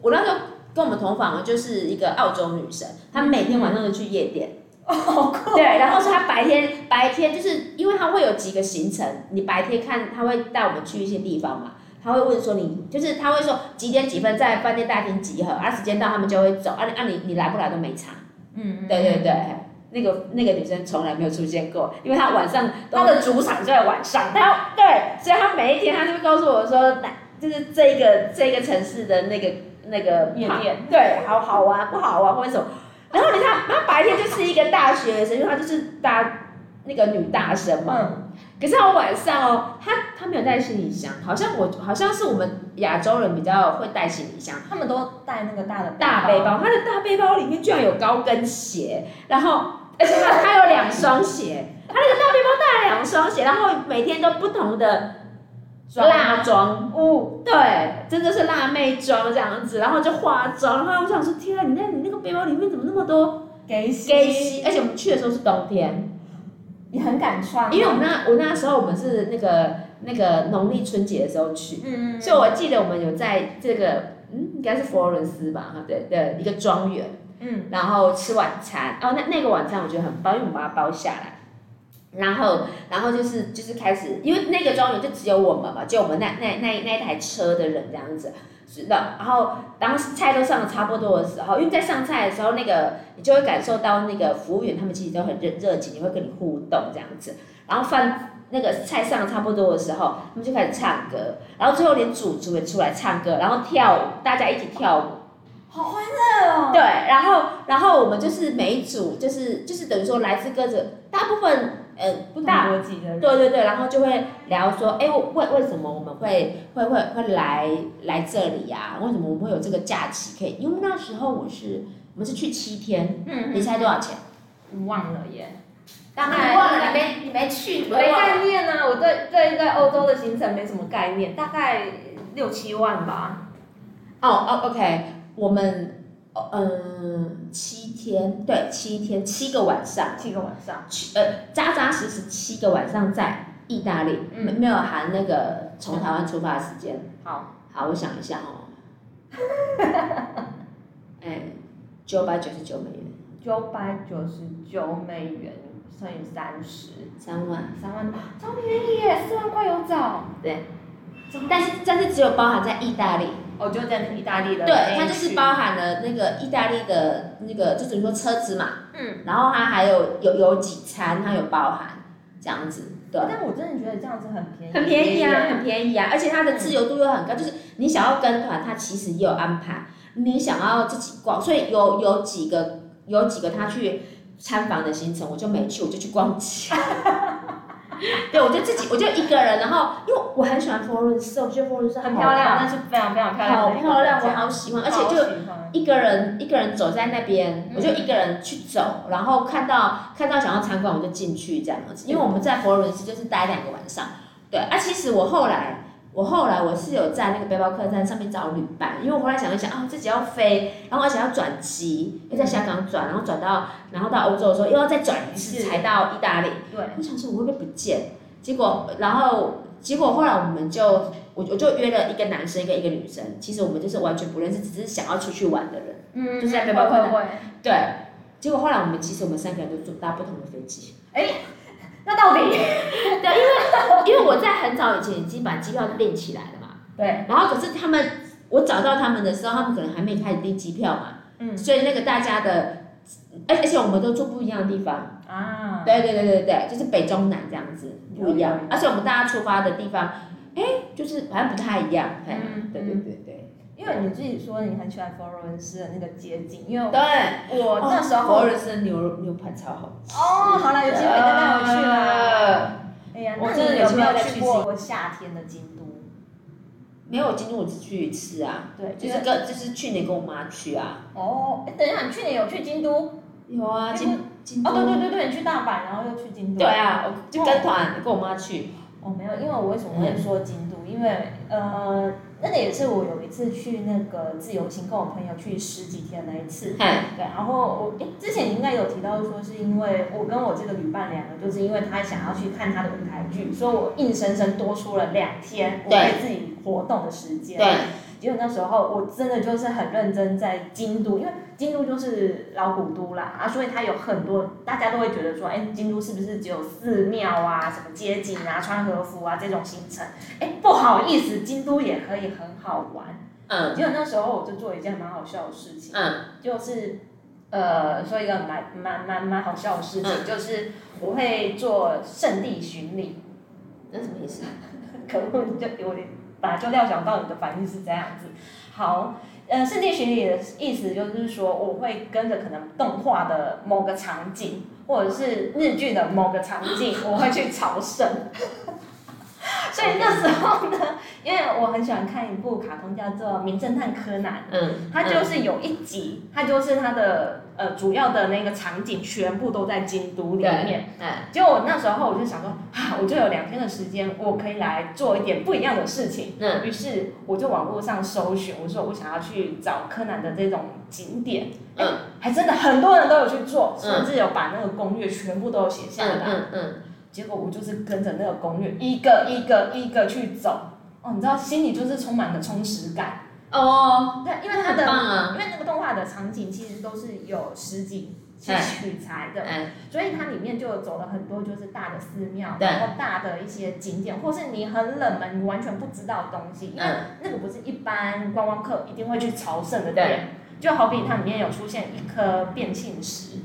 A: 我那时候跟我们同房的就是一个澳洲女生，她每天晚上都去夜店。
B: 哦，好酷。
A: 对，然后是他白天白天就是因为他会有几个行程，你白天看他会带我们去一些地方嘛，他会问说你就是他会说几点几分在饭店大厅集合，啊时间到他们就会走，啊啊你你来不来都没差。
B: 嗯，嗯
A: 对对对，那个那个女生从来没有出现过，因为她晚上她的主场就在晚上，她对，所以她每一天她就会告诉我说，那就是这一个这一个城市的那个那个
B: 夜
A: 胖
B: 店
A: 对，好好玩不好玩或者什么。然后你看，她白天就是一个大学生，因为她就是大那个女大生嘛。
B: 嗯，
A: 可是她晚上哦，她她没有带行李箱，好像我好像是我们亚洲人比较会带行李箱。
B: 他们都带那个大的
A: 大背，包，他的大背包里面居然有高跟鞋，然后而且他他有两双鞋，他那个大背包带了两双鞋，然后每天都不同的辣妆，
B: 哦，
A: 对，真的是辣妹妆这样子，然后就化妆，然后我想说，天啊，你那你那个背包里面怎么那么多
B: 给哎
A: gay 西？而且我们去的时候是冬天，
B: 你很敢穿，
A: 因为我们那我那时候我们是那个那个农历春节的时候去，
B: 嗯，
A: 所以我记得我们有在这个嗯应该是佛罗伦斯吧，哈对的一个庄园。
B: 嗯
A: 然后吃晚餐，哦，那那个晚餐我觉得很棒，因为我们把它包下来。然后，然后就是就是开始，因为那个庄园就只有我们嘛，就我们那那那那一台车的人这样子。是的，然后当菜都上的差不多的时候，因为在上菜的时候，那个你就会感受到那个服务员他们其实都很热热情，也会跟你互动这样子。然后饭那个菜上的差不多的时候，他们就开始唱歌，然后最后连主厨也出来唱歌，然后跳舞，大家一起跳舞。
B: 好欢乐哦，
A: 对，然后然后我们就是每一组就是就是等于说来自各自大部分呃
B: 不同
A: 大
B: 国籍的人，
A: 对对对，然后就会聊说，哎，我为为什么我们会会会会来来这里呀、为什么我们会有这个假期可以？因为那时候我是我们是去七天，
B: 嗯
A: 你猜多少钱？
B: 嗯，忘了耶，
A: 大
B: 概
A: 你没你没去，你
B: 没
A: 忘了
B: 概念呢，我对对对欧洲的行程没什么概念，大概六七万吧，
A: 哦哦，OK，我们哦嗯七天对七天七个晚上。
B: 七个晚上，
A: 去呃扎扎实实七个晚上在意大利，
B: 嗯
A: 没没有含那个从台湾出发的时间。
B: 好，
A: 好，我想一下 哦，哎，九百九十九美元，
B: 九百九十九美元乘以三十，
A: 三万，
B: 三万，超便宜耶，四万块有找。
A: 对。但是但是只有包含在意大利，
B: 哦，就在意大利的那一区，
A: 对，它就是包含了那个意大利的那个，就等于说车子嘛，
B: 嗯。
A: 然后它还有有有几餐，它有包含这样子，对。啊
B: 但我真的觉得这样子很便宜，
A: 很便宜啊，很便宜啊，而且它的自由度又很高，就是你想要跟团，它其实也有安排；你想要自己逛，所以有有几个有几个他去参访的行程，我就没去，我就去逛街。 对，我就自己，我就一个人，然后因为我很喜欢佛罗伦斯，我觉得佛罗伦斯
B: 很漂亮，
A: 好
B: 那是非常非常漂
A: 棒，好
B: 亮的一个
A: 漂
B: 国家，
A: 亮，我好喜欢，嗯而且
B: 好
A: 就
B: 喜欢
A: 一个人一个人走在那边
B: 嗯，
A: 我就一个人去走，然后看到看到想要参观我就进去这样子，因为我们在佛罗伦斯就是待两个晚上，对啊，其实我后来我后来我是有在那个背包客栈上面找旅伴，因为我后来想一想啊，自己要飞，然后而且要转机，又在香港转，然后转到然后到欧洲的时候又要再转一次
B: 是
A: 才到意大利，
B: 对，
A: 我想说我会不会不见？结果，然后结果后来我们就我我就约了一个男生跟一个女生，其实我们就是完全不认识，只是想要出去玩的人。
B: 嗯
A: 就是在背包客栈
B: 会会会
A: 对，结果后来我们其实我们三个人都坐搭不同的飞机，
B: 那到底
A: 因为我在很早以前已经把机票订起来了嘛，
B: 对，
A: 然后可是他们我找到他们的时候，他们可能还没开始订机票嘛，
B: 嗯
A: 所以那个大家的，而而且我们都住不一样的地方，
B: 啊，
A: 对对对对对，就是北中南这样子不一样
B: 有有有，
A: 而且我们大家出发的地方，哎，就是好像不太一样，哎
B: 嗯，
A: 对对对对
B: 因为你自己说你很喜欢佛罗伦斯的那个街景，因为
A: 对，
B: 我那时
A: 哦佛罗
B: 候
A: 伦斯的牛肉牛排超好吃，
B: 哦，好了，有机会再带我去啦。
A: 呃
B: 哎呀，
A: 我
B: 那
A: 真的
B: 你有
A: 有
B: 没
A: 机会
B: 有
A: 再
B: 去
A: 去
B: 过夏天的京都？
A: 没有，今天我只去一次啊，
B: 对，
A: 就是跟就是去年跟我妈去啊，
B: 哦，哎等一下，你去年有去京都？
A: 有啊，
B: 因为
A: 京京都
B: 哦，对对对对，你去大阪，然后又去京都。
A: 对啊，我就跟团跟我妈去，
B: 我没有，因为我为什么会说京都？因为呃，那个也是我有一次去那个自由行，跟我朋友去十几天那一次。
A: 哎，
B: 对，然后我诶之前应该有提到说，是因为我跟我这个旅伴两个，就是因为他想要去看他的舞台剧，所以我硬生生多出了两天我
A: 对
B: 可以自己活动的时间。
A: 对，
B: 结果那时候我真的就是很认真在京都，因为京都就是老古都啦啊，所以它有很多大家都会觉得说，哎，京都是不是只有寺庙啊、什么街景啊、穿和服啊这种行程？哎，不好意思，京都也可以很好玩。
A: 嗯
B: 结果那时候我就做一件蛮好笑的事情，
A: 嗯
B: 就是呃，说一个蛮蛮蛮蛮好笑的事情，就是我会做圣地巡礼。
A: 那什么意思？
B: 啊可恶，你就有点本来就料想到你的反应是这样子。好，呃，圣地巡礼的意思就是说，我会跟着可能动画的某个场景，或者是日剧的某个场景，我会去朝圣。 所以那时候呢，因为我很喜欢看一部卡通叫做《名侦探柯南》，
A: 嗯，
B: 它就是有一集，它就是它的呃主要的那个场景全部都在京都里面。
A: 哎，
B: 结果我那时候我就想说，啊，我就有两天的时间，我可以来做一点不一样的事情。
A: 嗯
B: 于是我就网络上搜寻，我说我想要去找柯南的这种景点，
A: 嗯
B: 还真的很多人都有去做，
A: 嗯
B: 甚至有把那个攻略全部都有写下来。
A: 嗯嗯
B: 结果我就是跟着那个攻略一个一个一个去走，哦，你知道心里就是充满了充实感。
A: 嗯，哦，
B: 对，因为它
A: 很
B: 的
A: 棒啊，
B: 因为那个动画的场景其实都是有实景去
A: 哎
B: 取材的，
A: 哎，
B: 所以它里面就走了很多就是大的寺庙，
A: 对
B: 然后大的一些景点，或是你很冷门、你完全不知道的东西，因为
A: 嗯
B: 那个不是一般观光客一定会去朝圣的
A: 对
B: 点。就好比它里面有出现一颗变性石，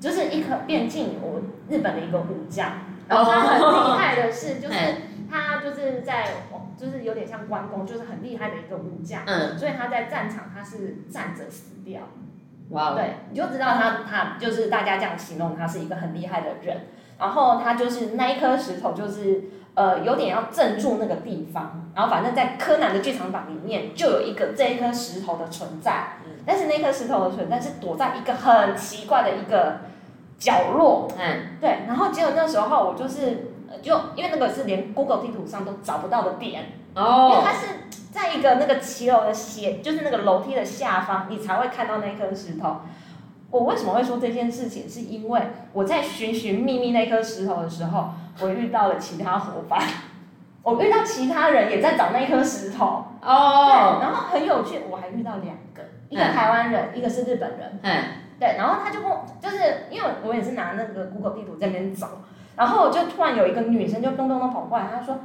B: 就是一颗变性我日本的一个武将，
A: 哦
B: 然哦后他很厉害的是， 就是
A: 哎
B: 他就是在就是有点像关公，就是很厉害的一个武将，
A: 嗯，
B: 所以他在战场他是站着死掉。
A: 哇哦，
B: 对，你就知道他他就是大家这样形容他是一个很厉害的人，然后他就是那一颗石头就是呃有点要镇住那个地方，然后反正在柯南的剧场版里面就有一个这一颗石头的存在，但是那颗石头的存在是躲在一个很奇怪的一个角落，
A: 哎，
B: 对，然后结果那时候我就是呃就因为那个是连 Google 地图上都找不到的点。因为
A: 哦，
B: 它是在一个那个骑楼的斜，就是那个楼梯的下方，你才会看到那颗石头。我为什么会说这件事情？是因为我在寻寻觅觅那颗石头的时候，我遇到了其他伙伴， 我遇到其他人也在找那颗石头。对，
A: 哦，嗯
B: 然后很有趣，我还遇到两个，一个台湾人，一个是日本人。
A: 哎，
B: 对，然后他就跟我，就是因为我也是拿那个 Google 地图在那边找，然后我就突然有一个女生就咚咚咚跑过来，她说，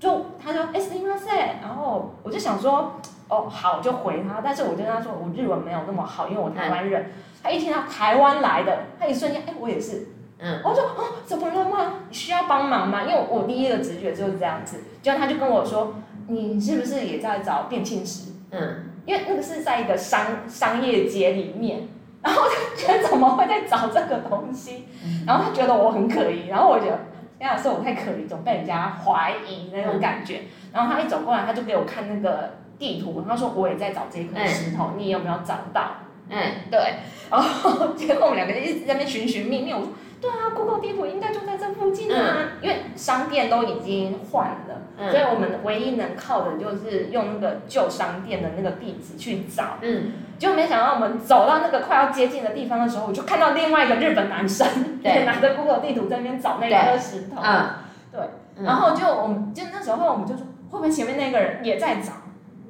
B: 就她说，哎，すみません，然后我就想说，哦，好，就回她，但是我就跟她说，我日文没有那么好，因为我台湾人。她一听到台湾来的，她一瞬间，哎，我也是，
A: 嗯，
B: 我就啊，怎么了吗？你需要帮忙吗？因为我第一个直觉就是这样子，结果她就跟我说，你是不是也在找变性石？
A: 嗯，
B: 因为那个是在一个商商业街里面，然后我就觉得怎么会在找这个东西，然后他觉得我很可疑，然后我觉得天啊，是我太可疑，总被人家怀疑那种感觉。然后他一走过来，他就给我看那个地图，他说我也在找这一颗石头，你有没有找到？
A: 哎，
B: 对，然后结果我们两个就一直在那边寻寻觅觅。我说，对啊，Google 地图应该就在这附近啊，因为商店都已经换了，
A: 嗯
B: 所以我们唯一能靠的就是用那个旧商店的那个地址去找。
A: 嗯，
B: 就没想到我们走到那个快要接近的地方的时候，我就看到另外一个日本男生
A: 对
B: 也拿着 Google 地图在那边找那颗石头，
A: 啊，嗯
B: 然后就我们就那时候我们就说，会不会前面那个人也在找？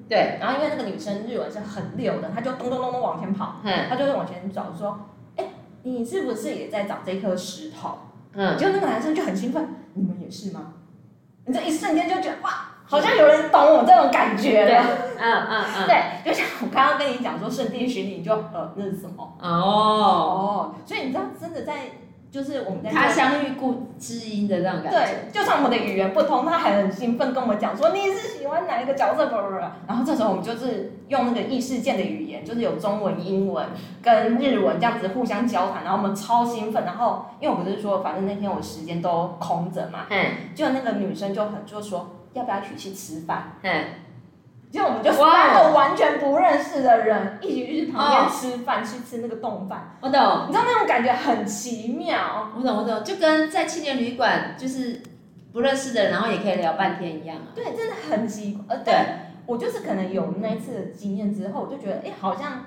A: 对，
B: 然后因为那个女生日文是很溜的，她就咚咚咚咚往前跑。
A: 嗯
B: 他就会往前找说：“哎、你是不是也在找这颗石头？”
A: 嗯，
B: 结果那个男生就很兴奋：“你们也是吗？”你这一瞬间就觉得哇，好像有人懂我这种感觉
A: 对，
B: 了。
A: 嗯嗯
B: 对，就像我刚刚跟你讲说圣地巡礼，你就呃那是什么？
A: 嗯，哦，
B: 哦，所以你知道真的在就是我们在
A: 他相遇故知音的那种感觉，
B: 对，就算我们的语言不通，他还很兴奋跟我讲说你是喜欢哪一个角色，不不不。然后这时候我们就是用那个异世界的语言，就是有中文、英文跟日文这样子互相交谈，然后我们超兴奋。然后因为我不是说，反正那天我时间都空着嘛，
A: 嗯
B: 就那个女生就很就说要不要一起去吃饭？
A: 嗯，
B: 就就我们就
A: 哇
B: 三个完全不认识的人一起去旁
A: 哦
B: 边吃饭，去吃那个冻饭，
A: 我懂，
B: 你知道那种感觉很奇妙。
A: 我懂，我懂，就跟在青年旅馆就是不认识的人，然后也可以聊半天一样啊。
B: 对，真的很奇，呃，
A: 对
B: 对我就是可能有那一次的经验之后，我就觉得，哎、好像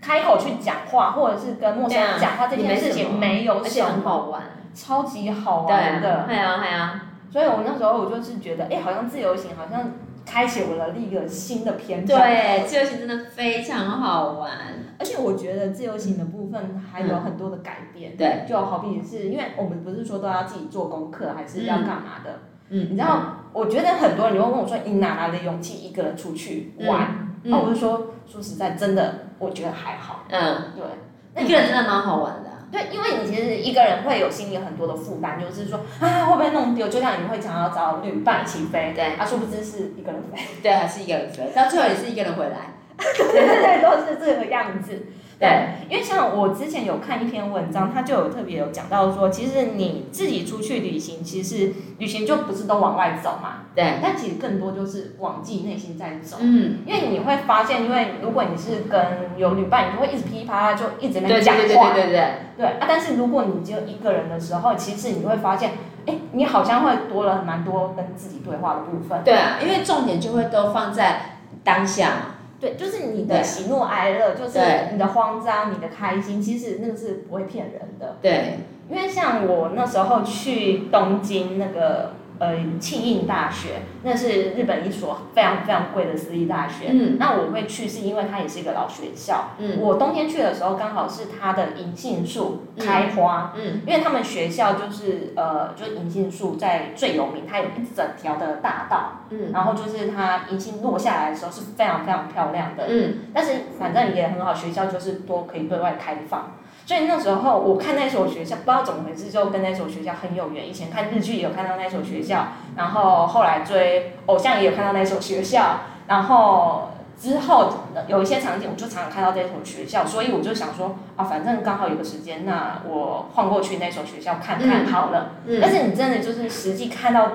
B: 开口去讲话，或者是跟陌生
A: 对啊
B: 人讲话这件事情没有
A: 而
B: 什
A: 且很
B: 么，
A: 好玩，
B: 超级好
A: 对啊，
B: 玩的。
A: 对啊，对啊，
B: 所以我那时候我就是觉得，哎、好像自由行好像开启我的另一个新的篇章。
A: 对，自由行真的非常好玩，
B: 而且我觉得自由行的部分还有
A: 嗯
B: 很多的改变，
A: 对，
B: 就好比是因为我们不是说都要自己做功课，还是要干嘛的？
A: 嗯
B: 你知道，我觉得很多人就会问我说，你哪来的勇气一个人出去玩？那、
A: 嗯
B: 哦我就说，说实在，真的，我觉得还好。
A: 嗯，
B: 对，那
A: 一个人真的蛮好玩的啊。
B: 对，因为你其实一个人会有心里很多的负担，就是说啊，会不会弄丢？就像你会想要找旅伴一起飞，
A: 对
B: 啊，殊不知是一个人飞。
A: 对，还是一个人飞，到最后也是一个人回来。
B: 对对对，都是这个样子。
A: 对
B: 对，因为像我之前有看一篇文章，它就有特别有讲到说，其实你自己出去旅行，其实旅行就不是都往外走嘛，
A: 对，
B: 但其实更多就是往自己内心在走。
A: 嗯，
B: 因为你会发现，因为如果你是跟有旅伴，你就会一直噼里啪啦就一直在
A: 对
B: 那
A: 对
B: 边讲
A: 对对
B: 话，
A: 对对，
B: 对啊。但是如果你只有一个人的时候，其实你会发现，哎，你好像会多了蛮多跟自己对话的部分。
A: 对啊，因为重点就会都放在当下嘛。
B: 对，就是你
A: 对
B: 的喜怒哀乐，就是
A: 对
B: 你的慌张、你的开心，其实那个是不会骗人的。
A: 对，
B: 因为像我那时候去东京那个呃庆应大学，那是日本一所非常非常贵的私立大学。
A: 嗯
B: 那我会去是因为它也是一个老学校。
A: 嗯
B: 我冬天去的时候刚好是它的银杏树
A: 嗯
B: 开花，
A: 嗯，
B: 因为他们学校就是呃，就银杏树在最有名，它有一整条的大道，
A: 嗯
B: 然后就是它银杏落下来的时候是非常非常漂亮的，
A: 嗯
B: 但是反正也很好，学校就是多可以对外开放。所以那时候我看那所学校，不知道怎么回事，就跟那所学校很有缘。以前看日剧也有看到那所学校，然后后来追偶像也有看到那所学校，然后之后有一些场景我就常常看到这所学校，所以我就想说啊，反正刚好有个时间，那我换过去那所学校看看好了。
A: 嗯，
B: 但是你真的就是实际看到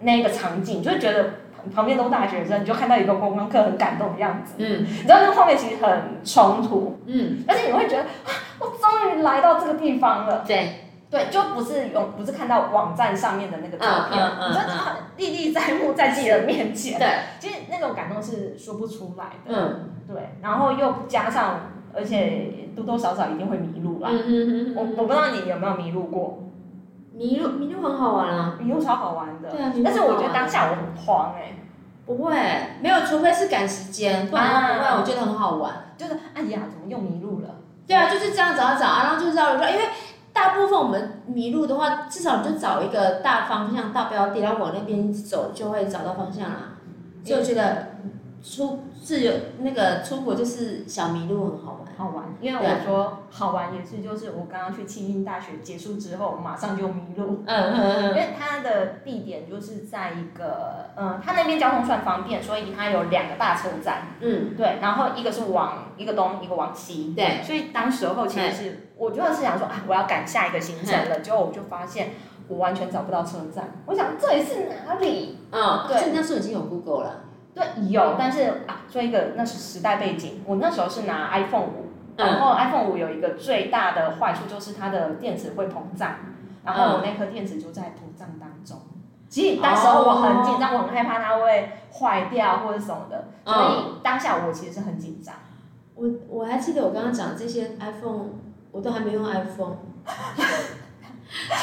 B: 那个场景，你就会觉得旁边都大学生，你就看到一个观光客很感动的样子。
A: 嗯
B: 你知道那个画面其实很冲突，
A: 嗯，
B: 而且你会觉得啊，我终于来到这个地方了。
A: 对，
B: 对，就不是有不是看到网站上面的那个照片，
A: 嗯嗯嗯
B: 你知道它很历历在目在自己的面前。
A: 对，
B: 其实那种感动是说不出来的。
A: 嗯
B: 对，然后又加上，而且多多少少一定会迷路
A: 嗯
B: 吧。
A: 嗯
B: 我
A: 嗯，
B: 我不知道你有没有迷路过，
A: 迷路迷路很好玩啊。
B: 迷路超好玩的。
A: 对啊，迷路
B: 但是我
A: 很好
B: 觉得
A: 玩
B: 当下我很慌哎、
A: 不会，没有，除非是赶时间，不然的话不会，
B: 啊
A: 我觉得很好玩。
B: 就是哎呀，怎么又迷路了？
A: 对啊，就是这样找啊找啊，然后就绕一绕，因为大部分我们迷路的话，至少你就找一个大方向、大标的，然后往那边走，就会找到方向啦。所以我觉得出自由那个出国就是小迷路很好玩。
B: 好玩，因为我说好玩也是，就是我刚刚去庆应大学结束之后，马上就迷路，
A: 嗯嗯
B: 因为它的地点就是在一个，嗯，它那边交通算方便，所以它有两个大车站，
A: 嗯
B: 对，然后一个是往一个东，一个往
A: 嗯，
B: 西，
A: 对，
B: 所以当时候其实是我就是想说啊，我要赶下一个行程了，结果我就发现我完全找不到车站，我想这里是哪里？
A: 嗯，
B: 对
A: 所以那时候已经有 Google 了。
B: 对，有，但是啊，说一个那是时代背景，我那时候是拿 iPhone 五。然
A: 嗯
B: 后 iPhone 五有一个最大的坏处就是它的电池会膨胀，然
A: 嗯
B: 后我那颗电池就在膨胀当中。其实当时候
A: 哦
B: 我很紧张，我很害怕它会坏掉或者什么的，
A: 哦嗯
B: 所以当下我其实是很紧张。
A: 我我还记得我刚刚讲这些 iPhone，我都还没用 iPhone，所以我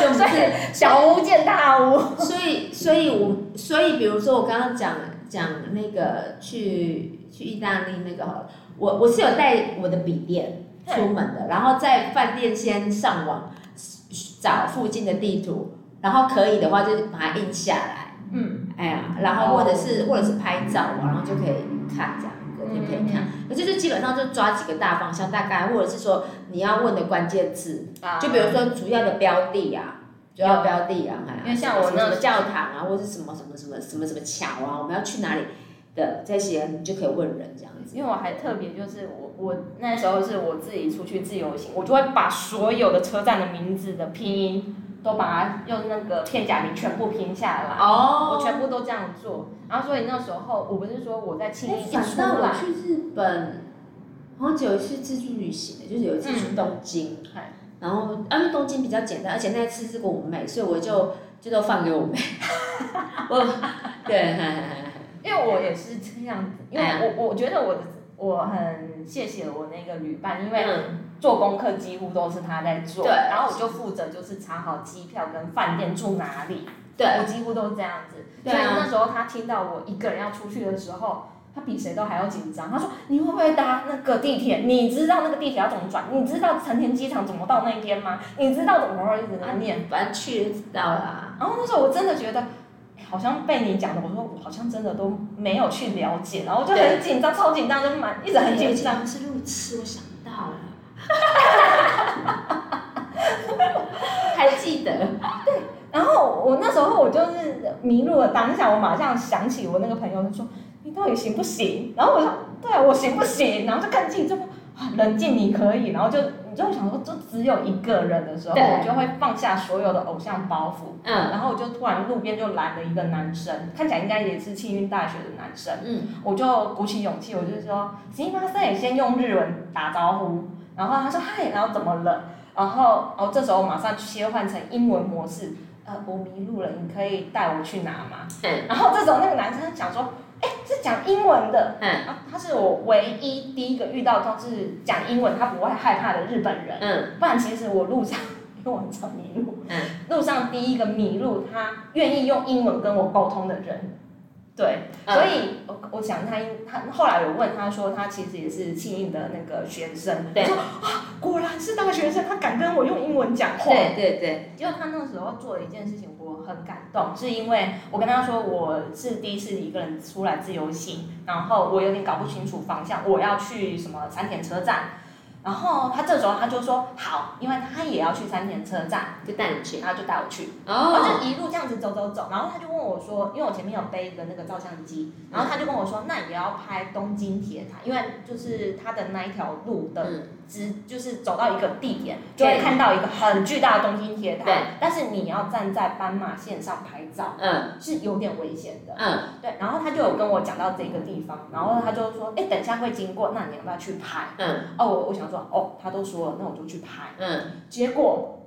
A: 们
B: 所
A: 是
B: 以小巫见大巫。
A: 所以，所以我，所以，比如说我刚刚讲讲那个去去意大利那个好了，我我是有带我的笔电
B: 嗯
A: 出门的，然后在饭店先上网找附近的地图，然后可以的话就把它印下来，
B: 嗯，
A: 哎呀，然后或者是、或者是拍照啊，然后就可以看这样，隔天可以看。
B: 嗯
A: 可是就基本上就抓几个大方向，大概或者是说你要问的关键字，
B: 啊
A: 就比如，说主要的标的啊，主要标的啊，哎呀
B: 因为像我
A: 什么什么
B: 那
A: 教堂啊，或者是什么什么什么什么什么桥啊，我们要去哪里的这些，你就可以问人这样子。
B: 因为我还特别就是我我那时候是我自己出去自由行，我就会把所有的车站的名字的拼音都把它用那个片假名全部拼下来。
A: 哦
B: 我全部都这样做，然后所以那时候我不是说我在庆
A: 哎
B: 一一
A: 想
B: 出
A: 到我
B: 来，
A: 去日本，好像只有一次自助旅行，就是有一次去东京，
B: 嗨
A: 然后啊因为东京比较简单，而且那一次是跟我妹，所以我就就都放给我妹。 我对，嗨嗨嗨嗨
B: 因为我也是这样子，因为
A: 哎
B: 我我觉得我的我很谢谢我那个旅伴，因为
A: 嗯
B: 做功课几乎都是他在做，
A: 对
B: 然后我就负责就是查好机票跟饭店住哪里，
A: 对
B: 我几乎都是这样子。
A: 对
B: 所以
A: 啊
B: 那时候他听到我一个人要出去的时候，他比谁都还要紧张。他说：“你会不会搭那个地铁？你知道那个地铁要怎么转？你知道成田机场怎么到那边吗？你知道怎么会一直在
A: 啊
B: 那念？”
A: 你反正去就知道啦。
B: 然后那时候我真的觉得，哎好像被你讲的，我说我好像真的都没有去了解，然后我就
A: 对
B: 很紧张，超紧张，就蛮一直很紧张。
A: 张是路痴，我想到了。 还记得，
B: 然后我那时候我就是迷路了，当下我马上想起我那个朋友，他说你到底行不行？然后我说对啊，我行不行？然后就看镜子，啊冷静你可以，然后就你就会想说，就只有一个人的时候，
A: 对
B: 我就会放下所有的偶像包袱。
A: 嗯
B: 然后我就突然路边就来了一个男生，看起来应该也是庆运大学的男生。
A: 嗯，
B: 我就鼓起勇气，我就说“行吗？森也先用日文打招呼，然后他说“嗨”，然后怎么了？然后哦，这时候我马上切换成英文模式，呃，我迷路了，你可以带我去哪吗？
A: 嗯
B: 然后这时候那个男生想说，哎，是讲英文的，
A: 嗯
B: 啊，他是我唯一第一个遇到就是讲英文他不会害怕的日本人，
A: 嗯
B: 不然其实我路上 因为我很常迷路，
A: 嗯
B: 路上第一个迷路他愿意用英文跟我沟通的人，对。所以，我我想他应他后来有问他说，他其实也是庆应的那个学生，
A: 嗯对
B: 我说啊，果然是大学生，他敢跟我用英文讲话。
A: 对对对，
B: 结果他那时候做了一件事情，我很感动，是因为我跟他说我是第一次一个人出来自由行，然后我有点搞不清楚方向，我要去什么山田车站，然后他这时候他就说好，因为他也要去山田车站，
A: 就带你去。
B: 然后就带我去。然后
A: 哦，
B: 就一路这样子走走走，然后他就问我说，因为我前面有背一个那个照相机，然后他就跟我说，那也要拍东京铁塔，因为就是他的那一条路的
A: 嗯，
B: 直，就是走到一个地点，就会看到一个很巨大的东京铁塔
A: 对，
B: 但是你要站在斑马线上拍照
A: 嗯
B: 是有点危险的，
A: 嗯
B: 对。然后他就有跟我讲到这个地方，然后他就说，哎，等一下会经过，那你要不要去拍？
A: 嗯
B: 哦，我我想说，哦，他都说了，那我就去拍。
A: 嗯，
B: 结果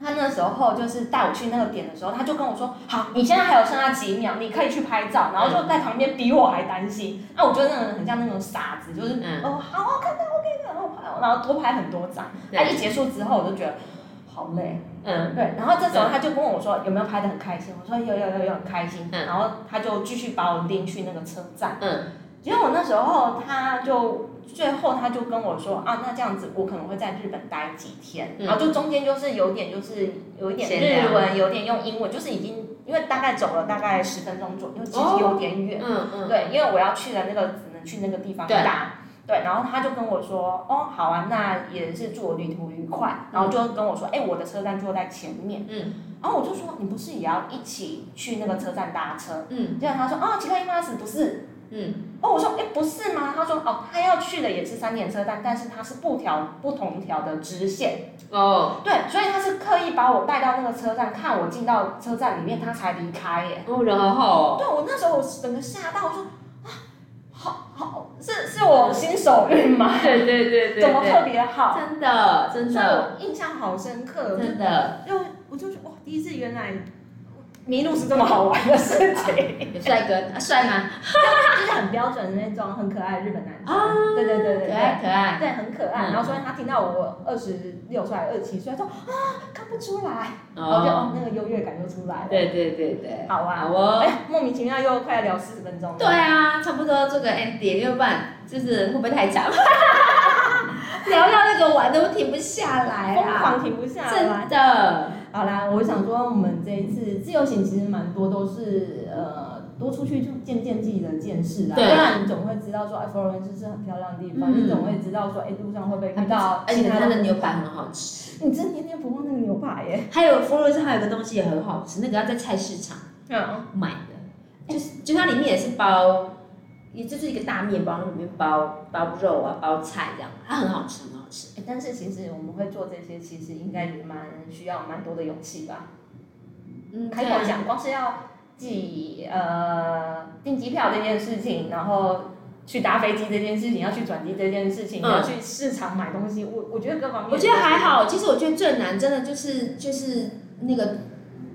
B: 他那时候就是带我去那个点的时候，他就跟我说：“好，你现在还有剩下几秒，你可以去拍照。”然后就在旁边比我还担心。那、我觉得那个人很像那种傻子，就是、
A: 嗯
B: 哦，好，我看到 OK 的，然后拍，然后多拍很多张。那、
A: 对
B: 一结束之后，我就觉得好累。
A: 嗯
B: 对，然后这时候他就跟我说：“有没有拍的很开心？”我说：“有有有有，很开心。
A: 嗯
B: 然后他就继续把我拎去那个车站。
A: 嗯
B: 结果我那时候他就最后他就跟我说啊，那这样子我可能会在日本待几天，
A: 嗯
B: 然后就中间就是有点就是有一
A: 闲
B: 点
A: 聊
B: 日文，有点用英文，就是已经因为大概走了大概十分钟左右，其
A: 哦
B: 实有点远，
A: 嗯嗯，
B: 对，因为我要去的那个只能去那个地方
A: 对
B: 搭。对，然后他就跟我说，哦，好啊，那也是祝我旅途愉快。然后就跟我说，哎，我的车站就在前面。
A: 嗯
B: 然后我就说，你不是也要一起去那个车站搭车？
A: 嗯
B: 结果他说，啊，奇怪，伊玛斯不是，
A: 嗯
B: 哦，我说，哎，不是吗？他说，哦，他要去的也是三点车站，但是他是不条不同条的支线，
A: 哦，
B: 对，所以他是刻意把我带到那个车站，看我进到车站里面，他才离开耶。
A: 哦人好好哦，
B: 对我那时候我整个吓到，我说，啊，好好，是是我新手运吗？
A: 对对对
B: 怎么特别好？
A: 真的真
B: 所以
A: 的
B: 我印象好深刻，我就
A: 真的，
B: 就我就觉得哇，第一次原来迷路是这么好玩的 事情，
A: 有帅哥啊帅吗？
B: 就是很标准的那种很可爱的日本男
A: 啊
B: 生，对对对对
A: 可
B: 对。
A: 爱可爱，
B: 对，很可爱。
A: 嗯
B: 然后所以他听到我二十六岁、二十七岁，他说啊，看不出来，然后就哦，那个优越感就出来了。，
A: 对对对对，
B: 好
A: 好
B: 啊。
A: 哦，
B: 哎，莫名其妙又快聊四十分钟了。
A: 对啊，差不多做个 ending，要不然就是会不会太长？聊到那个玩都停不下来
B: 疯
A: 啊，
B: 狂停不下来
A: 真。的，
B: 好啦，我想说，我们这一次自由行其实蛮多都是呃，多出去就见见自己的见识啦。
A: 对
B: 当然你总会知道说，哎，佛罗伦斯是很漂亮的地方，
A: 嗯
B: 你总会知道说，哎，路上会不会遇到
A: 而且
B: 其
A: 它的
B: 的
A: 牛排很好吃，
B: 你真念念不忘那个牛排耶。
A: 还有佛罗伦斯还有个东西也很好吃，那个要在菜市场。
B: 嗯，
A: 买的，就是就它里面也是包，也就是一个大面包，里面包包肉啊，包菜这样，它很好
B: 哎
A: 吃，很好吃。
B: 欸但是其实我们会做这些，其实应该也蛮需要蛮多的勇气吧。
A: 嗯，
B: 开口讲，光是要记呃订机票这件事情，然后去搭飞机这件事情，要去转机这件事情，
A: 嗯
B: 要去市场买东西，我我觉得各方面，
A: 我觉得还。好，其实我觉得最难真的就是就是那个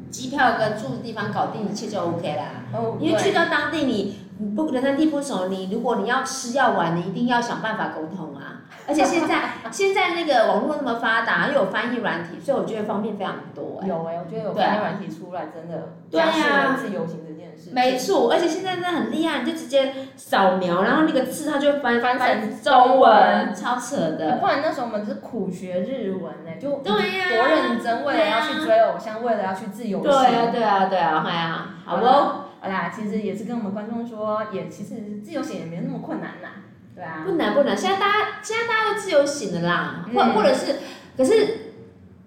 A: 机票跟住的地方搞定，一切就 OK 啦。
B: 哦，
A: 因为去
B: 对
A: 到当地你，你不人生地不熟，你如果你要吃要玩，你一定要想办法沟通啊。而且现在 现在那个网络那么发达，又有翻译软体，所以我觉得方便非常多、哎。
B: 有哎、我觉得有
A: 对
B: 翻译软体出来，真的
A: 对啊
B: 加速了自由行这件事。
A: 没，错，而且现在真的很厉害，你就直接扫描，然后那个字它就会翻
B: 翻成
A: 成
B: 中文
A: 超扯的。
B: 不然那时候我们是苦学日文呢、就多
A: 对呀、啊
B: 认真，为了要去追偶像，为了要去自由
A: 对啊
B: 行。，
A: 对啊，对啊，哎呀，好
B: 好
A: 不？
B: 喽，好啦，其实也是跟我们观众说，也其实自由行也没那么困难啦，对啊
A: 不。难不难，现在大家现在大家都自由行的啦，或、
B: 嗯
A: 或者是，可是，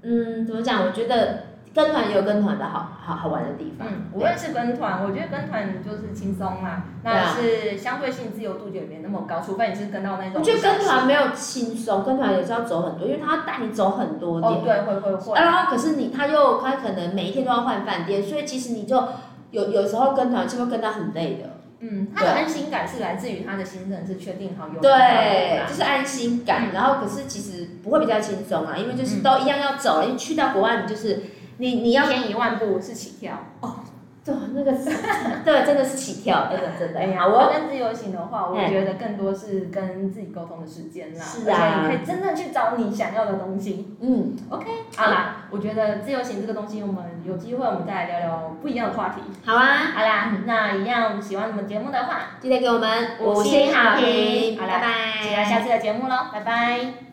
A: 嗯，怎么讲？我觉得跟团也有跟团的好好好玩的地方。
B: 嗯，无论是跟团，我觉得跟团就是轻松啦，那
A: 啊
B: 是相对性自由度就也没那么高，除非你是跟到那种。
A: 我觉得跟团没有轻松，跟团也是要走很多，因为他要带你走很多
B: 哦，
A: 点。
B: 对，会会会。
A: 啊然后可是你他又他可能每一天都要换饭店，所以其实你就有有时候跟团是会跟到很累的。
B: 嗯，他的安心感是来自于他的行程是确定好有
A: 对，就
B: 对，
A: 是安心感。
B: 嗯
A: 然后可是其实不会比较轻松啊，因为就是都一样要走，因为去到国外你就是你你
B: 一
A: 要
B: 天一万步是起跳。
A: 对，啊那 个是，对，真的是起跳，真的真的。哎呀，
B: 我
A: 我
B: 跟自由行的话，我
A: 哎
B: 觉得更多是跟自己沟通的时间啦，
A: 是啊
B: 而且你可以真正去找你想要的东西。
A: 嗯，
B: OK，好啦，我觉得自由行这个东西，我们有机会我们再来聊聊不一样的话题。
A: 好啊，
B: 好啦，那一样喜欢我们节目的话，
A: 记得给我们
B: 五星好评
A: 好，
B: 好啦
A: 拜拜，
B: 哎期待下次的节目喽，拜拜。